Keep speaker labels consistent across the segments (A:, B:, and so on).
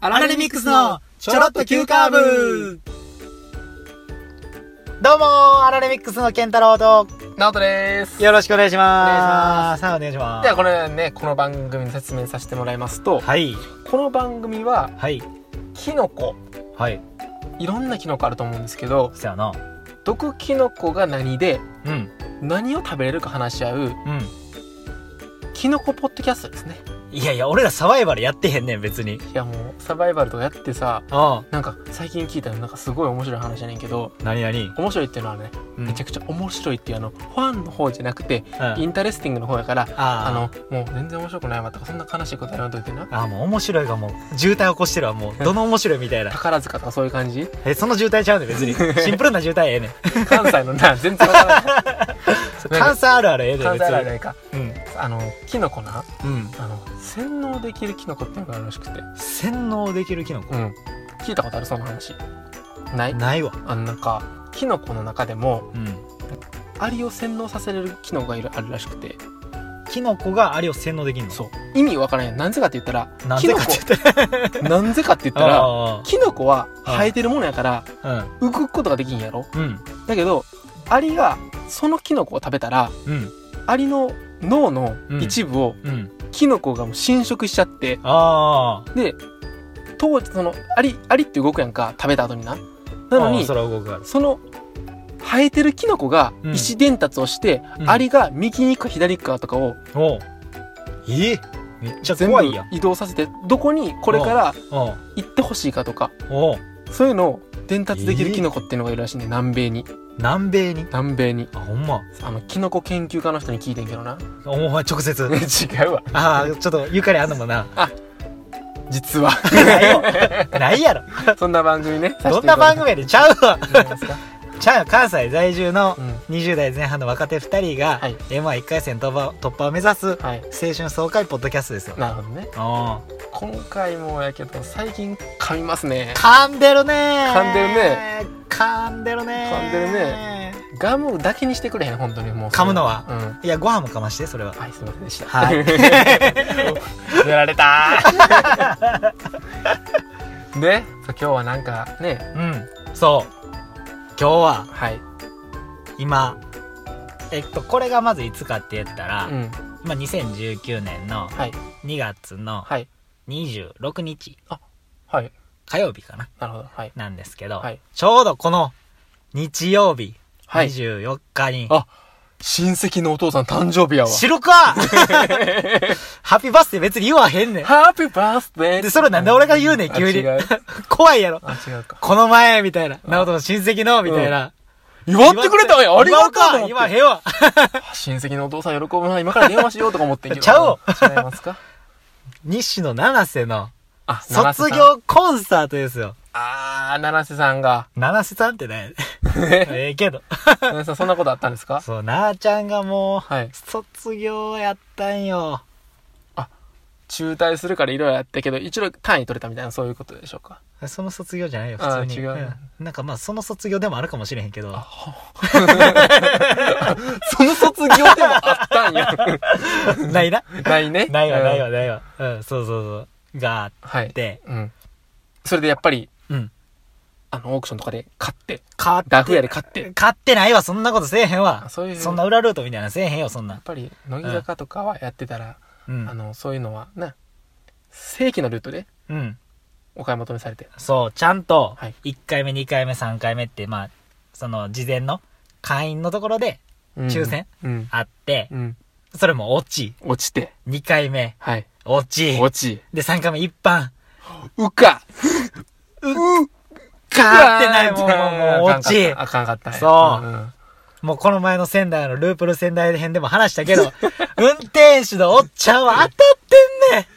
A: アラレミックスのちょろっと急カーブ
B: どうもーアラレミックスの健太郎と
C: ナオトです。
B: よろしくお願いしま
C: お願いします
B: さあお願いします
C: ではこれね、この番組の説明させてもらいますと、
B: はい
C: この番組は、
B: はい
C: キノコ、
B: はい
C: いろんなキノコあると思うんですけど、
B: そやな
C: 毒キノコが何で、
B: うん
C: 何を食べれるか話し合う、
B: うん
C: キノコポッドキャストですね。
B: いやいや俺らサバイバルやってへんねん別に
C: いやもう、サバイバルとかやってさ、
B: あ
C: なんか最近聞いたのなんかすごい面白い話やねんけど、
B: あ何何
C: 面白いっていうのはね、
B: うん
C: めちゃくちゃ面白いっていうあの、ファンの方じゃなくて、
B: あ
C: インタレスティングの方やから、あ
B: あ
C: の、もう全然面白くないわとか、そんな悲しいことやらんといてな。
B: ああもう面白いがもう渋滞起こしてるわもうどの面白いみたい な
C: 宝塚とかそういう感じ
B: えその渋滞ちゃうねん別にシンプルな渋滞ええねん
C: 関西の な、全然わからない。
B: 関西あるあるええで
C: 関
B: 別
C: 西
B: に
C: あるやないか。
B: うん
C: あの、キノコな、
B: うん
C: あの、洗脳できるキノコっていうのがあるらしくて。
B: 洗脳できるキノコ
C: うん。聞いたことあるその話。ない
B: ないわ
C: あの、なんか、キノコの中でも、
B: うん
C: アリを洗脳させれるキノコがいるあるらしくて。
B: キノコがアリを洗脳できるの
C: そう。意味わからんやん。なぜかって言った ら、
B: なぜかって言った
C: キノコ、なぜかって言ったら、
B: ら
C: キノコは生えてるものやから、
B: うん
C: 浮くことができんやろ。
B: うん
C: だけど、アリが、そのキノコを食べたら、
B: うん
C: アリの脳の一部を、
B: うん
C: キノコがもう侵食しちゃって、
B: ああ
C: で当時そのアリアリって動くやんか食べた後にななの
B: あー
C: に
B: そら動くある
C: その生えてるキノコが意
B: うん
C: 思伝達をして、
B: うん
C: アリが右に行くか左に行くかとかを
B: おうえめっちゃ
C: 全
B: 怖
C: 部
B: いやん
C: 移動させてどこにこれから
B: おう
C: 行ってほしいかとか
B: おう
C: そういうのを伝達できるキノコっていうのがいるらしいね南米に
B: 南米に
C: 南米に
B: あほんま
C: あのキノコ研究家の人に聞いてんけ どな
B: お前直 接
C: 違うわ
B: ああちょっとゆかりあんの もな
C: 実 は
B: ないよないやろ
C: そんな番組 ね
B: どんな番組やでちゃう
C: さ
B: わ
C: せていただいてますか、
B: ちゃうよ関西在住の
C: うん、
B: 20代前半の若手2人が
C: はい
B: m 1 1回戦突破突破を目指す
C: はい
B: 青春爽快ポッドキャストですよ
C: なるほどね
B: あ
C: 今回もやけど最近噛みますね
B: 噛んでるね
C: 噛んでるね
B: 噛んでるね
C: 噛んでる
B: ね
C: ガムだけにしてくれへん本当にもう
B: 噛むのは
C: うん
B: いやご飯もかましてそれは
C: はいすいませんでした
B: は い
C: やられた でそう今日はなんかね
B: うんそう今日は
C: はい
B: 今えっとこれがまずいつかって言ったら、
C: うん
B: まあ、2019年の
C: はい
B: 2月の
C: はい
B: 26日
C: はい
B: 火曜日かな
C: なるほどはい
B: なんですけど、
C: はい
B: ちょうどこの日曜日
C: はい
B: 24日に、
C: あ親戚のお父さん誕生日やわ
B: 知るか ハッピーバースデー別に言わへんねん。
C: ハッピーバースデー
B: で、それなんで俺が言うねん、急に
C: あ違う。
B: 怖いやろ。
C: あ違うか
B: この前、みたいな。直人の親戚の、みたいな。
C: 祝ってくれたわよありがとうと思
B: か
C: って
B: 言わへんわ。
C: 親戚のお父さん喜ぶな今から電話しようとか思ってんけど
B: ちゃうわ
C: 違いますか
B: 西野七瀬の
C: あ七瀬さ
B: 卒
C: ん
B: 業コンサートですよ。
C: あー、七瀬さん が。
B: 七瀬さんってね、 ええけど。
C: 七瀬さん、そんなことあったんですか
B: そう、なあちゃんがもう、
C: はい
B: 卒業やったんよ。
C: 中退するからいろいろやったけど、一応単位取れたみたいな、そういうことでしょう か。
B: その卒業じゃないよ、
C: あ
B: 普通に。
C: 違うん
B: なんかまあ、その卒業でもあるかもしれへんけど、
C: その卒業でもあったんや。
B: ないな。
C: ないね。
B: ないわ、
C: うん
B: ないわ、。ないわ。うん、そうそうそう。があっ
C: はい。
B: て、
C: うん。それでやっぱり、
B: うん。
C: あの、オークションとかで買って、
B: 買っ
C: ダフ屋で買って、やっ
B: 買ってないわ、そんなことせえへんわ。
C: あそういう
B: そんな裏ルートみたいなのせえへんよ、そんなん。
C: ぱり、乃木坂とかはやってたら、
B: う
C: あ
B: ん。
C: の、そういうのは、な、正規のルートで
B: うん。
C: お買い求めされて。
B: そう、ちゃんと
C: はい、
B: 1回目、2回目、3回目って、まあ、その、事前の会員のところで
C: うん
B: 抽選
C: うん。
B: あって
C: う、ん。
B: それも落ち、
C: 落ちて、
B: 2回目、
C: はい。
B: 落ち、
C: 落ち。
B: で、3回目、一般、
C: うか
B: かーってない、もう、もう、もう落ち。
C: あかんかった。
B: そう
C: うんうん
B: もうこの前の仙台のループル仙台編でも話した けど、運転手のおっちゃんは当たってんね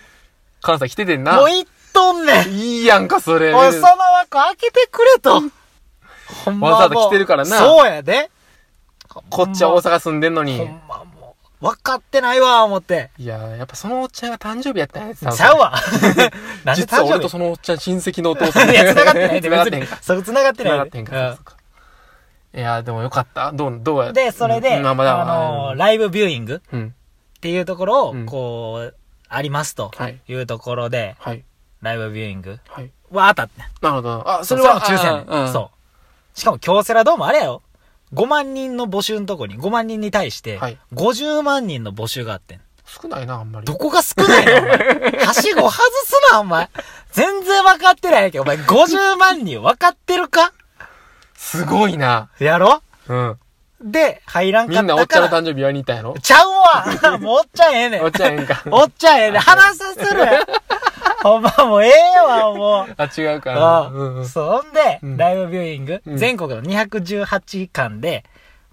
C: 関西来ててん
B: ん
C: な。
B: もういっとんねん
C: いいやんか、それ。
B: おい、その枠開けてくれと。ほんまもう
C: わざわざ来てるからな
B: そうやで。
C: こっちは大阪住んでんのに
B: ほ。んまもう、分かってないわ、思って。
C: いやー、やっぱそのおっちゃんが誕生日やったんやつ
B: ちゃうわ。 なんで
C: 実は
B: 誕
C: 俺と
B: 生
C: そのおっちゃん親戚のお父さん
B: 日 いや、繋がってないで、
C: 繋がっ
B: 別
C: てん
B: に
C: か。。
B: そこ繋がって
C: 繋
B: な
C: がっ
B: い
C: て
B: で。
C: んか。そうかいやー、でもよかった。どう、どう
B: う
C: や
B: んで、それ
C: う
B: で、あ
C: んまあまだ
B: のー、ライブビューイング
C: うん。
B: っていうところを
C: う、ん
B: こう、ありますと
C: はい
B: いうところで、
C: はい。
B: ライブビューイング
C: はい。
B: は当たってん。
C: なるほど。あ、
B: そ
C: そ
B: れ
C: れ
B: は
C: は
B: も抽選
C: あ
B: ね。そう。しかも京セラドームあれやよ。5万人の募集のとこに、5万人に対して
C: はい、
B: 50万人の募集があってん。
C: 少ないな、あんまり。
B: どこが少な いのお前。はしご外すな、お前。全然分かってないやんけど、お前50万人分かってるか
C: すごいな。
B: やろ
C: うん。
B: で、入らん
C: み
B: か
C: んなお
B: っ
C: っちゃん
B: た
C: の
B: から。
C: 誕生日祝いに行ったんや ろ
B: ちゃう わもうおっちゃんええねん。
C: おっちゃんええんか。
B: おっちゃんええねん。話させる ほんまもうええわ、もう。
C: あ、違うか
B: あ
C: な。うんうん。
B: そんで、
C: うん
B: ライブビューイング、
C: うん
B: 全国の218館で、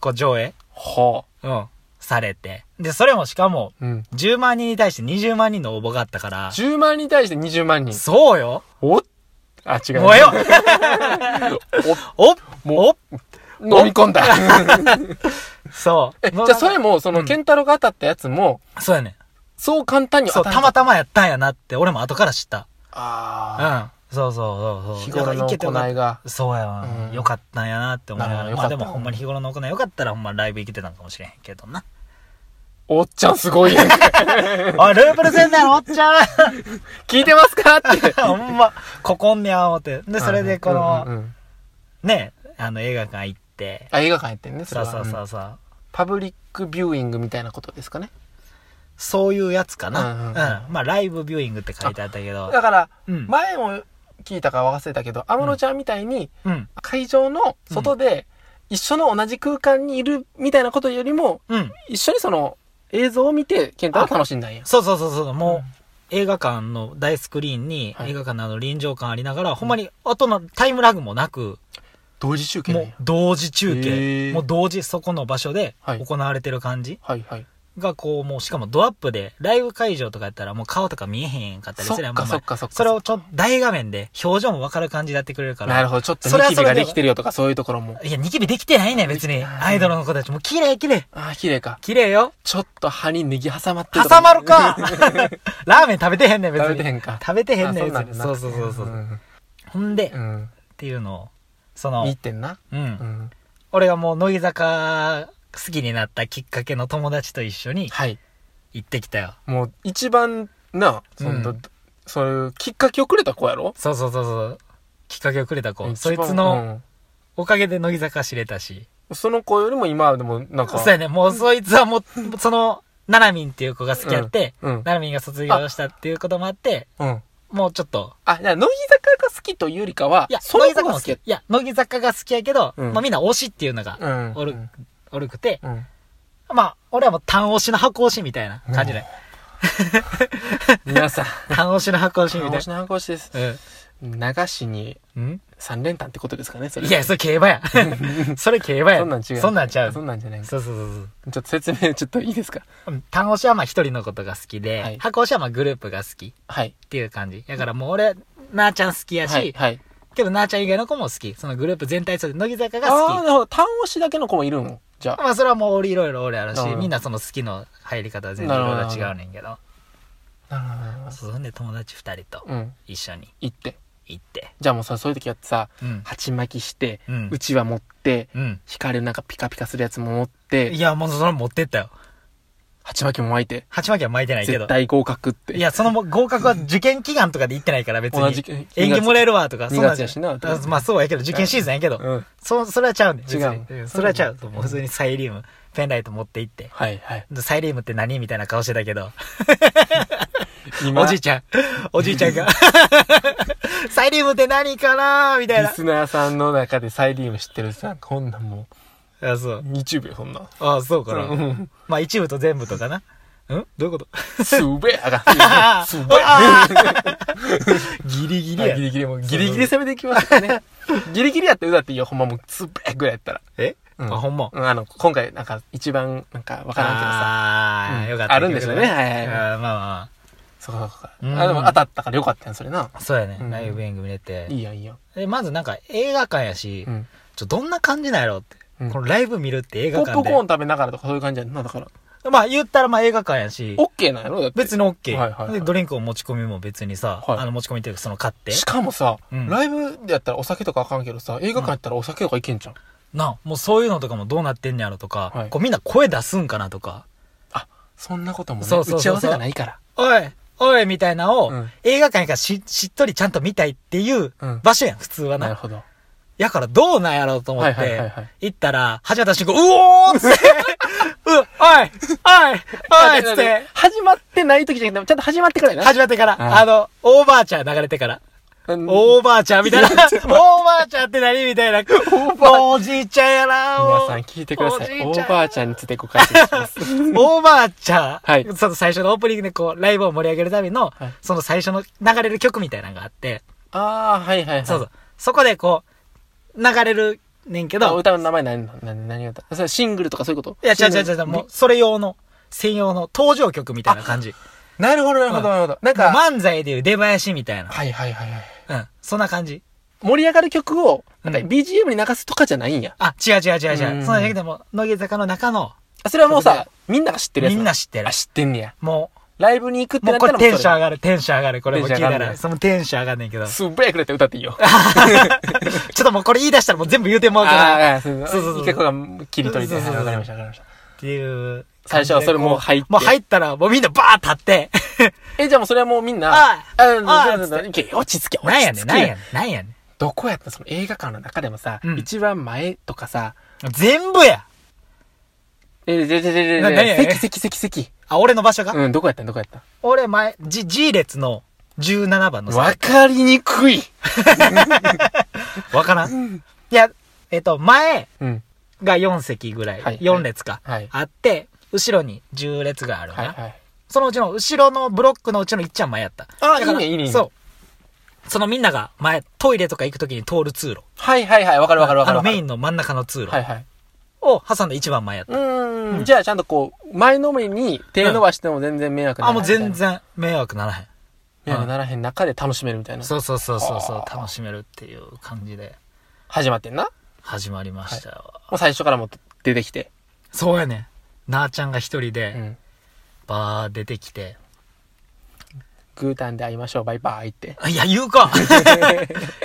B: こう上映、
C: ほ
B: うん、されて。で、それもしかも、
C: う。うん。
B: 10万人に対して20万人の応募があったから、
C: 10万人に対して20万人。
B: そうよ
C: おっあ、違う。
B: もう ええわおっお
C: も
B: っ
C: お飲み込んだ。
B: そ
C: え、
B: う。
C: じ ゃあそれ
B: も
C: も、そうの、
B: ん
C: ケンタロウが当たったやつも、
B: う。そうやね
C: そう簡単に
B: ん。そ
C: 当た
B: う、たま
C: た
B: たまやったんやなって、俺も後から知った。う
C: あ
B: ん。そうそうそう
C: あ。
B: そう。
C: 日頃の
B: だから
C: 行い
B: よかっ
C: が。
B: そうやわ、
C: うん
B: よかったんやなって思いな
C: な
B: がら。
C: るほど
B: まあ
C: よか
B: で
C: った
B: もほんまに日頃の行いよかったら、ほんまライブ行けてたんかもしれへんけど な。
C: おっちゃんすごいやん。
B: おい、ループルセンターのおっちゃん
C: 聞いてますかって。
B: ほんま、ここんねや思って。で、 それでこの、
C: うんうんうん
B: ね、あの映画館行って、
C: あ、映画館やってんね、そ
B: そ
C: れ
B: う
C: は。。
B: そうそううんそう。
C: パブリックビューイングみたいなことですかね。
B: そういうやつかな。
C: う
B: うんん
C: うんうん
B: まあ、ライブビューイングって書いてあったけど。
C: だから、
B: うん。
C: 前も聞いたか忘れたけど、安室ちゃんみたいに、
B: うん。
C: 会場の外で、一緒の同じ空間にいるみたいなことよりも、
B: うん。
C: 一緒にその、映像を見て、ケンタは楽しんだんや。
B: そうそうそうそう。もう、映画館の大スクリーンに、
C: はい
B: 映画館のあの臨場感ありながら、ほんまに、後のタイムラグもなく、
C: 同時中継な
B: も
C: ん
B: う
C: や。
B: 同時中
C: へ
B: 継
C: ー。
B: もう同時そこの場所で
C: はい
B: 行われてる感じ
C: はいはい。
B: がこう、もうしかもドアップで、ライブ会場とかやったらもう顔とか見えへんかったり
C: そ
B: す
C: っ
B: るやん
C: か
B: まあま
C: そ
B: あ
C: っかそっか。
B: それをちょっと大画面で表情もわかる感じでやってくれるから。
C: なるほど、ちょっと
B: それ
C: ニ
B: は
C: キ
B: そ
C: ビ
B: れ
C: が
B: で
C: できてるよとかそういうところも。
B: いや、ニキビできてないね、別に。アイドルの子たちも綺麗綺麗。
C: ああ、綺麗か。
B: 綺麗 よ。
C: ちょっと歯にネギ挟まってと
B: 挟ま るかラーメン食べてへんねん、別に。
C: 食べてへんか
B: 食べてへんねん、
C: あそうなん
B: 別
C: だ
B: に。
C: な
B: そうそうそうそうう、
C: ん。
B: ほんで、
C: う
B: っ
C: ん。
B: ていうのを、そ
C: 見
B: の、
C: てんな。
B: うん。
C: うん。
B: 俺がもう乃木坂好きになったきっかけの友達と一緒に
C: はい。
B: 行ってきたよ。
C: もう、一番、な、そん
B: う、
C: なんそういう、きっかけをくれた子やろ
B: そうそうそうそう。きっかけをくれた子。
C: 一番
B: そいつの、おかげで乃木坂知れたし。
C: うんその子よりも今はでも、なんか、
B: そうやね、もうそいつはもう、その、ななみんっていう子が好きやって、
C: うん。
B: ななみんが卒業したっていうこともあって、
C: うん。
B: もうちょっと、
C: あ、じゃあ乃木坂が好きというよりかは、
B: いや、
C: その
B: 乃木
C: 子
B: 坂
C: が好
B: も好
C: き
B: き。
C: や
B: い。や、乃木坂が好きやけど、
C: うん
B: まあみんな推しっていうのが、
C: うん。
B: おる
C: うん、
B: おるくて、
C: うん。
B: まあ、俺はもう単推しの箱推しみたいな感じだよ。
C: 皆さん、
B: 単推しの箱推しみた
C: お
B: い
C: しの話です。
B: な。
C: 流しに
B: うん。
C: 三連単ってことですかね、それ。
B: いや、それ競馬 や。それ競馬や。
C: そんなん違う。
B: そんなんちゃ
C: そ
B: う。そうん
C: なんじゃないか。
B: そうそう
C: ちょっと説明、ちょっといいですか。
B: そう。単推しはまあ一人のことが好きで、
C: はい
B: 箱推しはまあグループが好きっ
C: はい。
B: ていう感じ。だからもう俺、なあちゃん好きやし、
C: はい。はい。
B: けどなあちゃん以外の子も好き。そのグループ全体、それ乃木坂が
C: ああ、
B: 好
C: な
B: き。
C: るほど。単押しだけの子もいるのじゃあ。
B: まあそれはもう俺いろいろ俺あるし
C: なるほ、ど
B: みんなその好きの入り方は全然いろいろ違うねんけど。そうそんで友達二人と
C: うん。
B: 一緒に
C: 行って。
B: 行って。
C: じゃあもうさ、そういう時はさ、
B: うん。
C: 鉢巻きして、
B: うん
C: うちわ持って、
B: うん。
C: 光るなんかピカピカするやつも持って
B: い、や、もうそれ持ってったよ。
C: 鉢巻きも巻いて、
B: 鉢巻きは巻いてないけ
C: 絶
B: ど。
C: 対合格って。
B: いや、そのも合格は受験祈願とかで行ってないから別 に。
C: 同じく
B: 演技もらえるわとか、
C: 二月
B: そんなん
C: やしな
B: あまあそうやけど、受験シーズンやけど。
C: うん。
B: そ、それはちゃうねん。別に
C: 違う
B: うんそれはちゃう。もう普通にサイリウム、ペンライト持って行って。
C: はいはい。
B: でサイリウムって何みたいな顔してたけど。
C: 今、
B: おじ いちゃん。おじいちゃんが。サイリウムって何かなみたい
C: リ
B: な。
C: スナーさんの中でサイリウム知ってるさ、こんなんも
B: あ、そう
C: う、。YouTube よ、そ んなん。
B: あそうか
C: う
B: な。
C: ん。
B: まあ一部と全部とかな。うんどういうこと
C: すべやが。
B: あ
C: すべ
B: あ ギリ
C: ギ
B: ギリや。
C: リギリ、もうギリギリ攻めていきますからね。ギリギリやって歌っていいよ、ほんまもう、つべぐらいやったら。
B: え
C: う
B: あ、ほんま。
C: うん、あの、今回、なんか、一番、なんか、わからんけどさ。
B: あ
C: う
B: あ、
C: ん
B: よかった。
C: あるんですよね
B: 曲が
C: はいはいはい
B: あーまあま
C: そうかそうか。
B: うん
C: あ、でも当たったからよかったやん、それな。
B: あ。そうやね
C: う。ん
B: ライブビューイング見れて
C: い。いやん、いいやん。
B: で、まずなんか映画館やし
C: う、ん。
B: ちょ、どんな感じなんやろって
C: うん。
B: このライブ見るって映画
C: ポップ
B: 館
C: コーン
B: で。
C: 食べながらとかそういう感じやんな、だから。
B: まあ言ったらまあ映画館やし、
C: オッケーなんやろだって。
B: 別にオッケ
C: はいはいは
B: ー。
C: い
B: で、ドリンクを持ち込みも別にさ、
C: はい
B: あの持ち込みっていうかその買って。
C: しかもさ、
B: うん
C: ライブでやったらお酒とかあかんけどさ、映画館やったらお酒とかいけんじゃん。
B: な、もうそういうのとかもどうなってんねやろと
C: は
B: か
C: い、
B: こうみんな声出すんかなとか。
C: あ、そんなこともね、
B: そうそうそうそう
C: 打ち合わせがないから。
B: おいおいみたいなのを、
C: うん
B: 映画館やからししっとりちゃんと見たいっていう
C: うん
B: 場所やん、普通は
C: なる
B: な。
C: ほど。
B: やからどうなんやろうと思っ
C: はいはいはい
B: て
C: はい、
B: 行ったら、始まった瞬間、うおーっ つって、う、おいおいおいっつって、
C: 始まってない時じゃなくて、ちゃんと始まってからやな。
B: 始まってから、
C: あ
B: あの、オーバーチャー流れてから。
C: うん
B: オーバーチャーみたいな。オーバーチャーって何みたいな。おじいちゃんやな
C: 皆さん聞いてください。
B: お
C: オ
B: じいちゃん
C: ーバーちゃんについてご解説します。
B: オーバーチャー。
C: はい
B: その最初のオープニングでこう、ライブを盛り上げるための、
C: はい
B: その最初の流れる曲みたいなのがあって、
C: ああ、はいはいはい。
B: そうそう。そこでこう、流れるねんけ
C: あ
B: ど、
C: 歌の名前何の何何が歌それシングルとかそういうこと
B: いや、違う違う違う、もう、それ用の、専用の登場曲みたいな感じ。
C: う。なるほどなるほどなるほど。なんか、
B: 漫才でいう出囃子みたいな。
C: はいはいはいはい。
B: うん。そんな感じ。
C: 盛り上がる曲を、なんか
B: うん
C: BGM に流すとかじゃないんや。
B: あ、違う違う違う違う。そ
C: うんん
B: なだけでも、乃木坂の中の、
C: あそれはもうさ、みんなが知ってるやつ
B: みんな知ってる
C: あ、知ってんねや。
B: も
C: ライブに行くっ
B: う、
C: て
B: も
C: な
B: う
C: った
B: こ
C: ら
B: れテンション上
C: ン
B: がる、テンション上がる。これも聞
C: テ
B: い
C: ンション
B: た
C: 上がる
B: ら、
C: ね
B: そのテンション上がんねんけど。
C: すっばやくれって歌っていいよ。
B: ちょっともうこれ言い出したらもう全部言うてもうから。
C: あー、そう
B: そう
C: そ
B: そう
C: う
B: そ
C: そうう。一回これ切り取りで。
B: そうそうそ
C: わ
B: う
C: かりましたわかりました。
B: っていう。
C: 最初はそれもう入って
B: もう入ったら、もうみんなバーッ 立って。
C: え、じゃあもうそれはもうみんな、
B: あ
C: あ、うん、
B: あ
C: そうそうそういけ、落ち着け、落
B: なん
C: ち
B: や
C: 着
B: ね
C: け。
B: ん、なんやねん、なんやねん。
C: どこやったその映画館の中でもさ、
B: うん
C: 一番前とかさ、
B: 全部や
C: え、でででで
B: な何
C: で、
B: や
C: 席席席席。
B: あ、俺の場所が、
C: うん、どこやったんどこやった
B: 俺前、G、G 列の17番のさ
C: わかりにくい
B: わからんいや、えっと、前
C: うん。
B: が4席ぐらい、
C: はいはい
B: 4列か、
C: はい
B: あって、後ろに10列があるな、
C: はいはい。
B: そのうちの後ろのブロックのうちのいっちゃん前やった。
C: あ
B: だから
C: いいねいいねいいね
B: そう。そのみんなが前、トイレとか行くときに通る通路。
C: はいはいはい、わかるわかるわか
B: あ
C: る
B: の
C: わかる。
B: メインの真ん中の通
C: はい
B: 路
C: はい。
B: を挟んで一番前やった。
C: うーん、じゃあちゃんとこう、前のめりに手伸ばしても全然迷惑なら
B: あ、
C: へん
B: もう全。然迷惑ならへん。
C: 迷惑ならへん中で楽しめるみたいな。
B: そうそうそうそうそう、楽しめるっていう感じで
C: 始まってんな。も
B: 始まりましたよ。
C: う最初からもう出てきて。
B: そうやね。なあちゃんが一人
C: う
B: で、
C: ん。
B: バー出てきて。
C: グータンで会いましょう、バイバイって。
B: いや、言 うか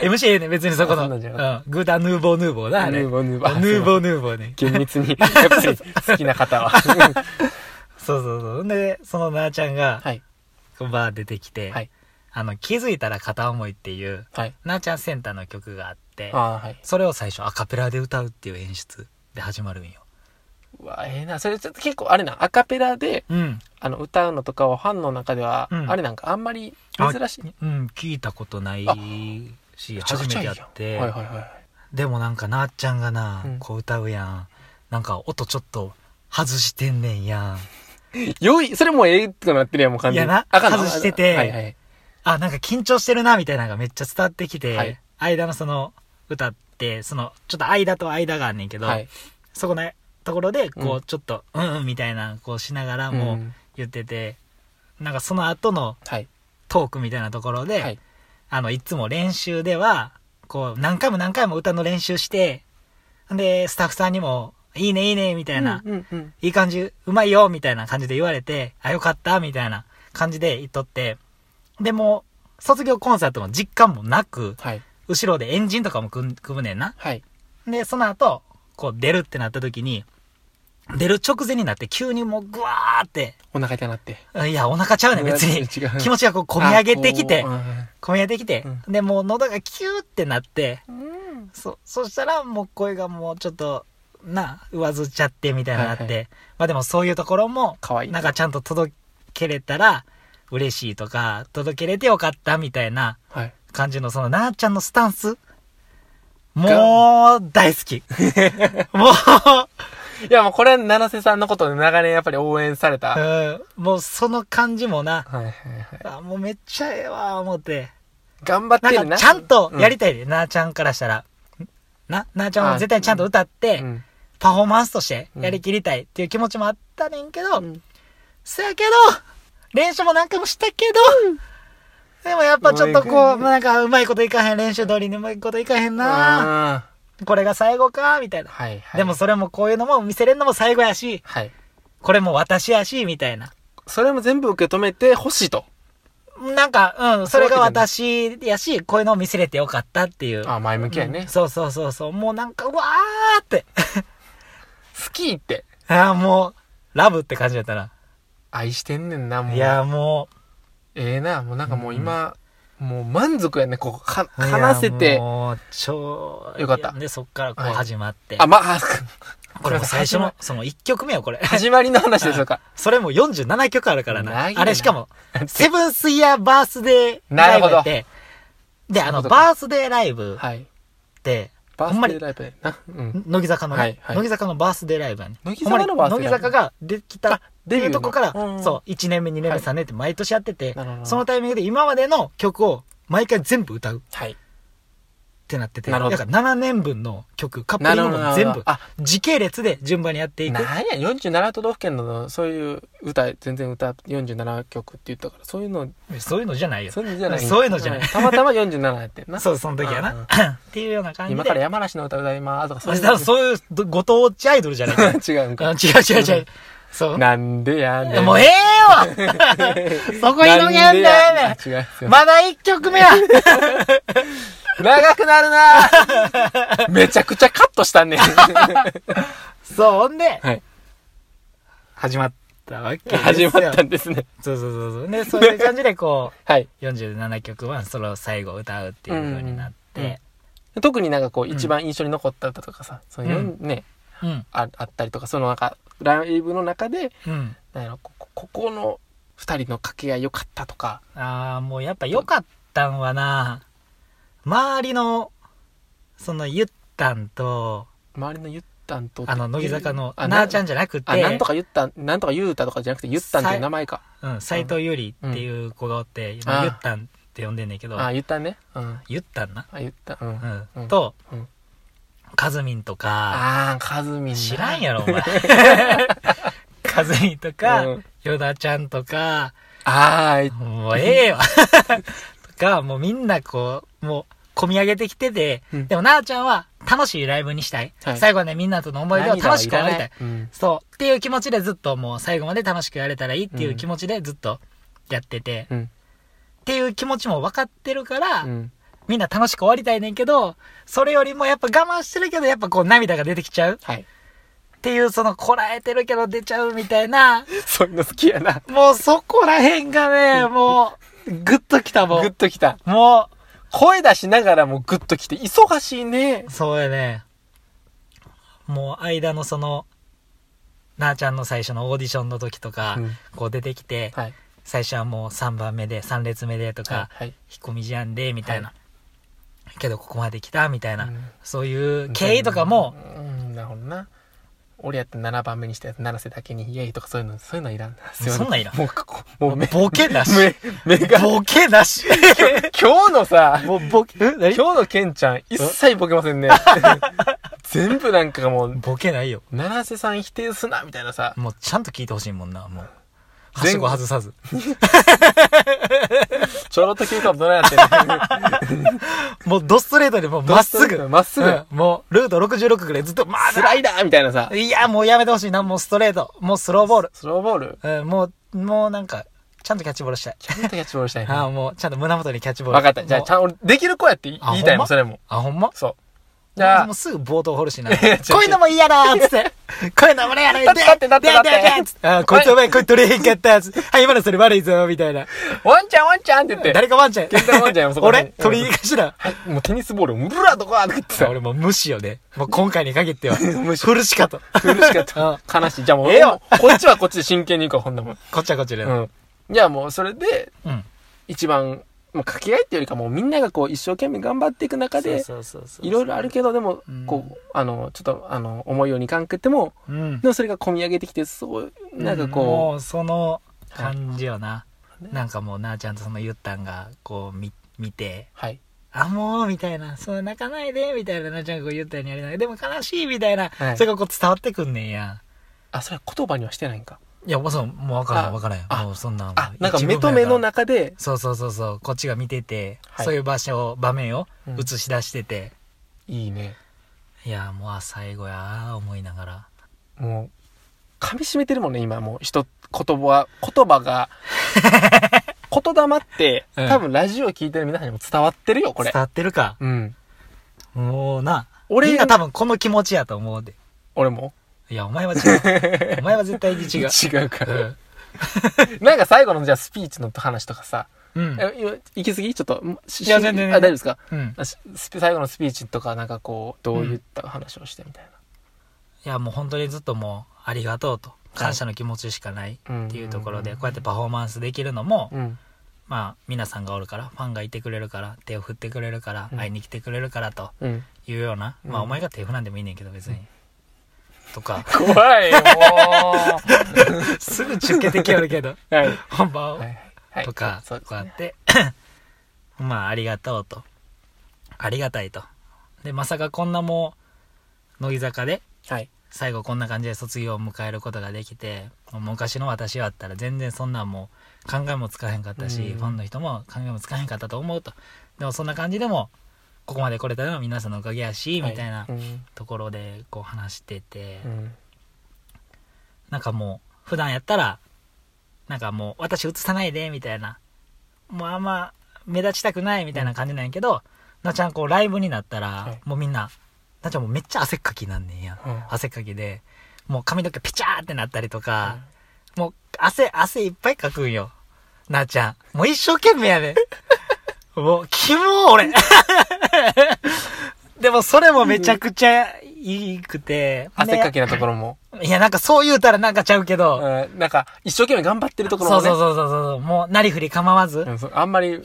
B: !MC ええね、別にそこの。
C: あそんなんじゃな
B: うん。グータンヌーボーヌーボーな、あれ。
C: ヌーボーヌーボー
B: ヌーボーヌーボーね。
C: 厳密 に、やっぱり好きな方は。
B: そうそうそう。んで、そのなあちゃんが、
C: はい。
B: バー出てきて、
C: はい
B: あの、気づいたら片思いっていう、
C: はい。
B: なあちゃんセンターの曲があって、
C: ああ、はい。
B: それを最初アカペラで歌うっていう演出で始まるんよ。
C: うわ、ええな。それちょっと結構、あれな、アカペラで、
B: うん。
C: あの、歌うのとかはファンの中では、
B: うん
C: あれなんかあんまり
B: あ
C: 珍しい。
B: うん、聞いたことない
C: あ
B: し、
C: めちゃ
B: 初
C: く
B: め
C: ちゃ
B: て
C: いい
B: や
C: や
B: っ
C: ん
B: て、
C: はいはいはい。
B: でもなんかなっちゃんがな、
C: うん
B: こう歌うやん。なんか音ちょっと外してんねんやん。
C: 良い、それもうええとかなってるやん、もう完全に。
B: いやな
C: あかんの
B: 外してて
C: はいはい。
B: あ、なんか緊張してるな、みたいなのがめっちゃ伝わってきて、
C: はい
B: 間のその歌って、その、ちょっと間と間があんねんけど、
C: はい。
B: そこのところで、こ
C: う
B: う、
C: ん
B: ちょっと、うんうんみたいな、こうしながらも
C: うん
B: 言ってて、なんかその後の
C: はい。
B: トークみたいなところで、
C: はい。
B: あの、いつも練習では、こう、何回も何回も歌の練習して、で、スタッフさんにも、いいねいいね、みたいな、
C: うんうん。
B: いい感じ、うまいよ、みたいな感じで言われて、あ、よかった、みたいな感じで言っとって、で、もう、卒業コンサートの実感もなく、
C: はい。
B: 後ろでエンジンとかも組ん組むねんな。
C: はい。
B: で、その後、こう出るってなった時に、出る直前になって急にもうグワーって、
C: お腹痛なって。
B: いや、お腹ちゃうねん、別に。
C: 違う
B: 気持ちがこう、込み上げてき
C: あ、
B: て
C: こううん
B: 込み上げてきて、
C: う
B: で、もう喉がキューってなって、そ、そしたらもう声がもうちょっと、な、上ずっちゃってみたいになって、
C: はいは
B: まあでもそういうところも、
C: 可愛い
B: なんかちゃんと届けれたら嬉しいとか、届けれてよかったみたいな
C: はい。
B: 感じのそのなあちゃんのスタンス、もう大好 き。もう、
C: いや、もうこれは七瀬さんのことで長年やっぱり応援された。
B: うん、もうその感じもな、
C: はいはいはい。
B: あもうめっちゃええわ、思って。
C: 頑張って
B: な
C: る
B: ん
C: な。
B: かちゃんとやりたいで、なあちゃんからしたら。な、なあちゃんは絶対ちゃんと歌って、
C: うん。
B: パフォーマンスとしてやりきりたいっていう気持ちもあったねんけど、
C: うん
B: そやけど、練習も何回もしたけど、でもやっぱちょっとこ
C: う
B: う、
C: ん
B: なんかうまいこといかへん、練習通りにうまいこといかへんな
C: あ
B: これが最後か、みたい
C: ー
B: な。
C: はいはい。
B: でも、それもこういうのも見せれんのも最後やし、
C: はい。
B: これも私やし、みたいな。
C: それも全部受け止めてほしいと。
B: なんか、うん、それが私やし、こういうのを見せれてよかったっていう。
C: あ、前向きやね。
B: そうそうそうそう。もうなんか、うわーって。
C: 好きって。
B: ああ、もう、ラブって感じだったな。
C: 愛してんねんな、もう。
B: いや、もう、
C: ええな、もうなんかもう今、もう満足やね、こう、は、話せ
B: いや
C: て。
B: もう、超、
C: よかった
B: で、そっからこう始まって。
C: あ、まあ、
B: これも最初の、その1曲目よ、これ。
C: 始まりの話でしょうか。
B: それも47曲あるからな。
C: 長いな
B: あれしかも、セブンスイヤーバースデーライブって、で、あ
C: なる
B: の、
C: ほどか
B: バースデーライブ
C: はい。
B: って、
C: バ
B: ほんま
C: ースデ
B: に
C: ーライブやな。うん。
B: 乃木坂のね、
C: はいはい
B: 乃木坂のバースデーライブやね。
C: 乃木坂のバースデーライブ
B: ほんまに乃木坂ができたって
C: デビ
B: い
C: ュー
B: う
C: の
B: とこから、
C: うんうん
B: そう、1年目、2年目、
C: はい
B: 3年って毎年やってて、
C: なるほど
B: そのタイミングで今までの曲を毎回全部歌うっ
C: はい。
B: てなってて、
C: な
B: だ
C: る
B: か
C: ほど
B: ら7年分の曲、カップリングも
C: なるほ
B: 全
C: どなるほど、
B: 部
C: あ
B: 時系列で順番にやっていく。
C: なんや、47都道府県の、そういう歌、全然歌、47曲って言ったから、そういうの、
B: そういうのじゃないよ。
C: そういうのじゃない。
B: そういうのじゃない
C: んたまたま47やってんな。
B: そう、その時は
C: うんうん
B: な。っていうような感じで。
C: 今から山梨の歌歌いますとか、
B: そしたらそういうどご当地アイドルじゃないか
C: 違うん
B: ら。あ
C: か。
B: 違う違う違う。そう。
C: なんでやねん。
B: もうええわ そこ広げん
C: なん
B: だよ
C: でやねん。違うすいません。
B: まだ一曲目や
C: 長くなるな めちゃくちゃカットしたね。
B: そう、ほんで、
C: はい。
B: 始まったわけですよ。
C: 始まったんですね。
B: そうそうそうそう。で、そういう感じでこ
C: はい。
B: う、47曲はそれを最後歌うっていう風になって、
C: 特になんかこう、
B: ん
C: 一番印象に残った歌とかさ、そのよんね、
B: うん、
C: ああったりとか、そのなんか、ライブの中で、
B: うん。
C: なんやろ、ここここの二人の掛け合い良かったとか、
B: ああ、もうやっぱ良かったんはな、周りの、その、ゆったんと、
C: 周りのゆったんと。
B: あの、乃木坂の、
C: あ
B: なあちゃんじゃなくて、
C: あ、なんとかゆったん、なんとかゆうたとかじゃなくて、ゆったんっていう名前か。
B: うん、斎藤ゆりっていう子がおって、
C: あ
B: 今
C: あ
B: ゆったんって呼んでんねんけど、
C: あ、ゆったんね。うん。
B: ゆったんな。
C: あ、ゆった。うん。あ
B: うん。
C: うん
B: と、
C: うん
B: かずみんとか、
C: あー、かずみんな。
B: 知らん
C: や
B: やろ、 お前。かずみんとか、
C: うん
B: よだちゃんとか、
C: あー、
B: もうえ えわ。とか、もうみんなこう、もう、込み上げてきてて、
C: うん
B: でもなあちゃんは楽しいライブにしたい。
C: はい
B: 最後はね、みんなとの思い出を楽しく終わりたい。
C: うん。
B: そう。っていう気持ちでずっともう最後まで楽しくやれたらいいっていう気持ちでずっとやってて、
C: うん。
B: っていう気持ちも分かってるから、
C: うん。
B: みんな楽しく終わりたいねんけど、それよりもやっぱ我慢してるけど、やっぱこう涙が出てきちゃう
C: はい。
B: っていう、そのこらえてるけど出ちゃうみたいな、
C: そういうの好きやな。
B: もうそこら辺がね、もう、ぐっときたも
C: グッ
B: ん。
C: ときた。
B: も
C: 声出しながらもグッときて、忙しいね
B: う、。そうやね。もう間のその、なあちゃんの最初のオーディションの時とか、
C: うん
B: こう出てきて、
C: はい。
B: 最初はもう3番目で、3列目でとか、
C: はい。
B: 引っ込み思案で、みたいな
C: は。
B: けどここまで来た、みたいな。
C: うん
B: そういう経緯とかも、
C: うん、なるほどな。俺やって7番目にしたやつ、七瀬だけに、イエイとかそういうの、そういうのいらんな。
B: そんなんいらん
C: もう、こもう目、
B: ボケなし。
C: 目、目が、
B: ボケな し。
C: 今日のさ、
B: もうボケ、え何
C: 今日のケンちゃん、一切ボケません ね。全部なんかもう、
B: ボケないよ。
C: 七瀬さん否定すな、みたいなさ。
B: もうちゃんと聞いてほしいもんな、もう。は
C: 前
B: しご外さず。
C: ちょろっと聞いたことどないやってんの
B: もうドストレートでもう まっす ぐ。
C: まっすぐ
B: うんもうルート66ぐらいずっと、ま
C: スライダーみたいなさ
B: あ、。いや、もうやめてほしいな、もうストレート。もうスローボール。
C: スローボール
B: うん、もう、もうなんか、ちゃんとキャッチボールしたい。
C: ちゃんとキャッチボールしたい
B: あ
C: な。
B: あ、もうちゃんと胸元にキャッチボール。
C: わかった。じゃあ、ちゃん、俺、できる子やって言い
B: あ
C: 言いたいも
B: ほんま
C: ん、それも。
B: あ、ほんま
C: そう。じ
B: じゃ
C: ゃあ
B: もう、すぐ冒頭掘るしな。
C: や違う
B: こういうのも嫌だーっつって。こういうのも嫌だー
C: だってだってだってだって
B: ででででつあーこいつお前、こいつ取れへんかったやつ。あ、今のそれ悪いぞ、みたいな。
C: ワンちゃんワンちゃんって言って。
B: 誰かワンちゃん。
C: 健太ワンちゃんやもんそこに
B: 俺取り逃がしな。
C: はいもうテニスボールを、うらどこやとか言って
B: さ
C: さ、
B: 俺もう無視よね。もう今回に限っては。
C: 無視
B: フルしかと。
C: 苦しかった。悲しい。じゃあもう、
B: ええわ
C: こっちはこっちで真剣に行こう、ほんなもん。
B: こっちはこっちで。
C: う
B: うん。
C: ん。じゃあもう、それで、
B: うん。
C: 一番、もう掛け合いっていうよりかもうみんながこう一生懸命頑張っていく中で、
B: そうそうそうそう
C: いろいろあるけど、でも
B: うん、
C: こう、あの、ちょっと、あの、思うようにいかんくっても、
B: うん
C: で。もそれが込み上げてきて、そう、なんかこ
B: もうその感じよな。
C: い
B: なんかもうなあちゃんとそのゆったんが、こう、み、見て
C: う、、はい。
B: あ、もう、みたいな、そう、泣かないで、みたいな、なあちゃんがこうゆったんにやりながら、でも悲しい、みたいな、
C: はい
B: それがこう伝わってくんねんや。
C: あ、それは言葉にはしてないんか。
B: いや、もうそう、もう分からん、
C: あ
B: 分からん。
C: あ
B: もうそんなん。
C: あ
B: も、う
C: なんか
B: 一部
C: 目
B: 分や
C: と
B: ら
C: 目の中で、
B: そうそうそうそう、こっちが見てて、
C: はい
B: そういう場所を、場面を
C: うん
B: 映し出してて、
C: いいね。
B: いやもうあ最後やー思いながら
C: もう、噛み締めてるもんね、今もう、人、言葉は、言葉 が、言霊って、
B: うん
C: 多分ラジオ聞いてる皆さんにも伝わってるよ、これ
B: 伝。わってるか
C: うん。
B: もうな
C: 俺
B: みんな多分この気持ちやと思うで
C: 俺も
B: いやお前は違うお前は絶対に違う
C: 違うか
B: う
C: ら。
B: ん
C: なんか最後のじゃあスピーチの話とかさ、
B: うん。
C: え今行き過ぎちょっと、し
B: いや全然
C: あ大丈夫ですか
B: うん。
C: あしスピ最後のスピーチとか、なんかこう、どういった話をしてみたい
B: いや、もう本当にずっともう、ありがとうと、感謝の気持ちしかない
C: な。ん
B: っていうところで、こうやってパフォーマンスできるのも、
C: うん。
B: まあ、皆さんがおるから、ファンがいてくれるから、手を振ってくれるから、
C: うん
B: 会いに来てくれるからと
C: うん。
B: いうような、まあ、
C: うん、
B: お前が手振らんでもいいねんけど、別に。とか
C: 怖い よ
B: すぐ中継できよるけど、
C: ーはい。
B: 本番を
C: はい。はい。
B: とか、
C: そう
B: こう
C: で
B: や
C: す
B: っ
C: ね。
B: て、 まあ、ありがとうと。ありがたいと。で、まさかこんなもう、乃木坂で、
C: はい。
B: 最後こんな感じで卒業を迎えることができて、もう昔の私はあったら全然そんなんもう考えもつかへんかったし、
C: うん
B: ファンの人も考えもつかへんかったと思うと。でもそんな感じでも、ここまで来れたのは皆さんのおかげやし、みたいな
C: はうん。
B: ところでこう話してて、
C: うん
B: なんかもう、普段やったら、なんかもう、私映さないで、みたいな。もうあんま、目立ちたくない、みたいな感じなんやけど、なっちゃんこう、ライブになったら、
C: はい
B: もうみんな、なっちゃんもうめっちゃ汗っかきなんねんや。
C: うん
B: 汗っかきで、もう髪の毛ピチャーってなったりとか、もう、汗、汗いっぱいかくんよ。なっちゃん。もう一生懸命 やねん。もう、キモー俺。 でもそれもめちゃくちゃいいくて。
C: 汗か
B: き
C: きなところも。
B: いや、なんかそう言うたらなんかちゃうけど、
C: うん。なんか、一生懸命頑張ってるところ
B: そ
C: も
B: う
C: ね。
B: そうそうそうそう。もう、なりふり構わず。
C: うんそうあんまり、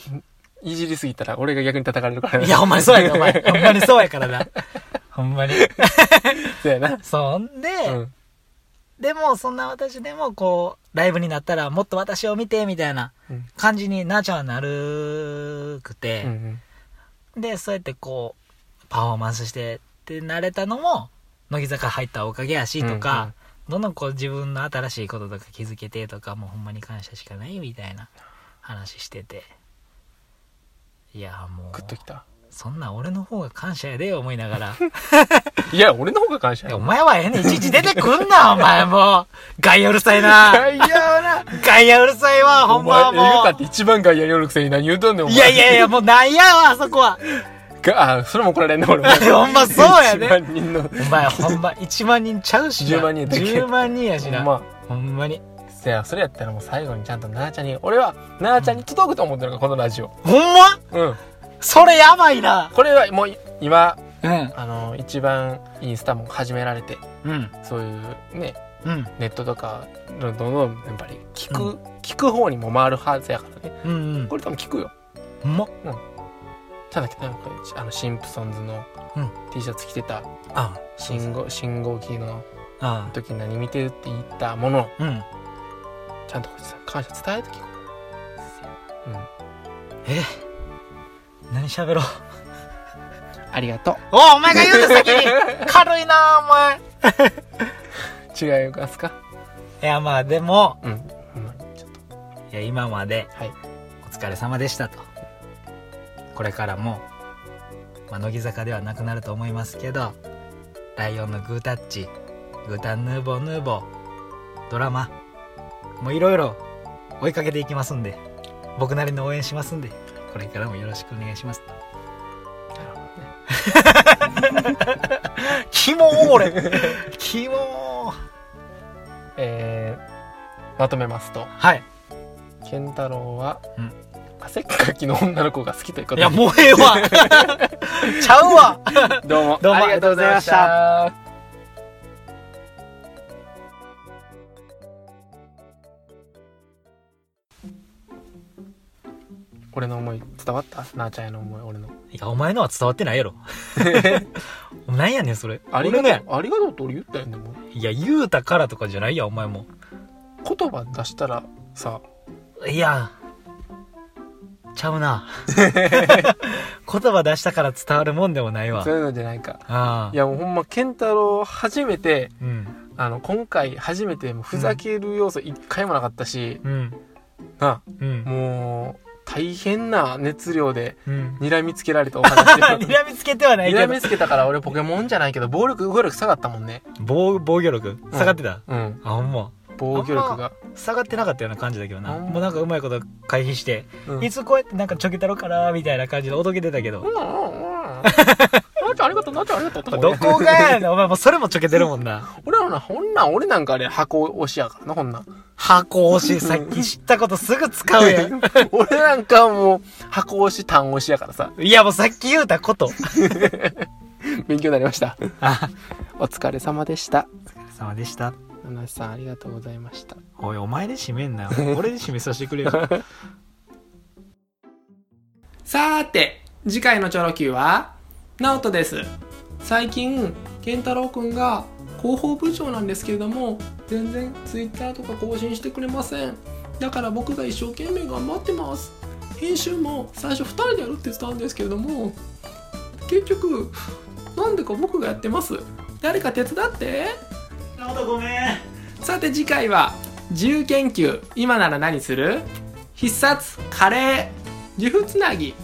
C: いじりすぎたら、俺が逆に叩かれるからね
B: いや、ほんまにそうやで、お前。ほんまにそうやからな。ほんまに。
C: そうやな。
B: そんで、
C: うん。
B: でも、そんな私でも、こう、ライブになったら、もっと私を見て、みたいな
C: うん
B: 感じになっちゃうなるく
C: うんう
B: て、
C: ん。
B: で、そうやってこう、パフォーマンスしてってなれたのも、乃木坂入ったおかげやし、と
C: うんう
B: か
C: ん、
B: どんどんこう自分の新しいこととか気づけてとか、もうほんまに感謝しかない、みたいな話してて。いや、もう。
C: グッときた。
B: そんなん俺の方が感謝やで、思いながら。
C: いや、俺の方が感謝
B: いや
C: や
B: お。前はええねん、いちいち出てくんな、お前もう。外野うるさいな。
C: いやな。
B: 外野うるさいわ、ほんまは
C: お前言うたっ
B: も
C: て一番外野寄るくせに何言うとんねん、お
B: う。
C: 前。
B: いやいやいや、もうなんやわ、あそこは。
C: が あ、それも怒られんね、俺も。
B: ほんまそうやで
C: 1万人の。
B: お前ほんま、1万人ちゃうしな。
C: 10万人やったっけ
B: 10万人やしな。
C: ほんま
B: ほんまに。
C: せや、それやったらもう最後にちゃんとなあちゃんに、俺はなあちゃんに届くと思ってるから、このラジオ。
B: ほんま
C: うん。
B: それやばいな。
C: これはもうい今、
B: うん。
C: あの、一番インスタも始められて、
B: うん。
C: そういうね、
B: うん。
C: ネットとか、どんどんやっぱり聞く、聞く方にも回るはずやからね。
B: うん。うん。
C: これ多分聞くよ。
B: ほんま。
C: ただなんか、あの、シンプソンズの
B: うん
C: T シャツ着てた、
B: あ
C: 信号、信号機の
B: あ。
C: 時何見てるって言ったものを、
B: うん。
C: ちゃんとこいつさ感謝伝えてき
B: え何喋ろう。
C: ありがとう。
B: おお前が言うて先に。軽いな、お前。
C: 違いますか
B: いや、まあでも、
C: うん。ほんまにちょっと。
B: いや今まで
C: はい。
B: お疲れ様でしたとこれからも、まあ、乃木坂ではなくなると思いますけど「ライオンのグータッチ」「グータンヌーボーヌーボー」ドラマもういろいろ追いかけていきますんで僕なりの応援しますんでこれからもよろしくお願いします
C: なるほどね。
B: キモー俺キモー
C: えー、まとめますと
B: はい
C: 健太郎は、
B: うん
C: 汗っかきの女の子が好きということで
B: いやもうええわちゃうわ
C: どうも
B: どうも
C: ありがとうございました俺の思い伝わったなあちゃんへの思い俺の
B: いやお前のは伝わってな いやろなんやねんそれ
C: ありが
B: 俺のや
C: とうありがとうって俺言ったよねもう
B: いや、言うたからとかじゃないや、お前も。
C: 言葉出したらさ
B: いや、ちゃ うな。言葉出したから伝わるもんでもないわ
C: そう。いうのじゃないか
B: ああ
C: い。やもうほんま健太郎初めて
B: うん。
C: あの今回初めてもうふざける要素一回もなかったし、
B: うん。
C: な
B: う
C: あ
B: ん。
C: もう大変な熱量で
B: うん。
C: 睨みつけられたお話 で
B: 睨みつけてはないけ
C: 睨
B: ど
C: み。つけたから俺ポケモンじゃないけど暴力暴力下がったもんね
B: 防、防御力下がってた、
C: うん
B: あ、ほんま。
C: 防御力が、
B: 下がってなかったような感じだけどな。
C: あんま
B: もうなんかうまいこと回避して、
C: うん、
B: いつこうやってなんかちょけたろかな、みたいな感じでおどけてたけ
C: う
B: ど。
C: んうんうんなっちゃんありがとうなっちゃんありがとう
B: どこがやねん、お前もうそれもちょけてるもんな。
C: 俺はなほんなん俺なんかあれ箱押しやからなほんなん
B: 箱押し、さっき知ったことすぐ使うやん。
C: 俺なんかもう、箱押し、単押しやからさ、
B: いや、もうさっき言うたこと。
C: 勉強になりました。
B: あ、
C: お疲れ様でした。
B: お疲れ様でした。
C: 七瀬さん、ありがとうございました。
B: おい、お前で締めんなよ。俺で締めさせてくれよ。
C: さーて次回のチョロ Q はナオトです最近健太郎くんが広報部長なんですけれども全然 Twitter とか更新してくれませんだから僕が一生懸命頑張ってます編集も最初2人でやるって言ってたんですけれども結局なんでか僕がやってます誰か手伝って
A: なおとごめん。
C: さて次回は自由研究今なら何する必殺カレー自負つなぎ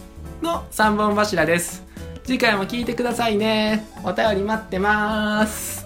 C: の3本柱です次回も聞いてくださいねお便り待ってます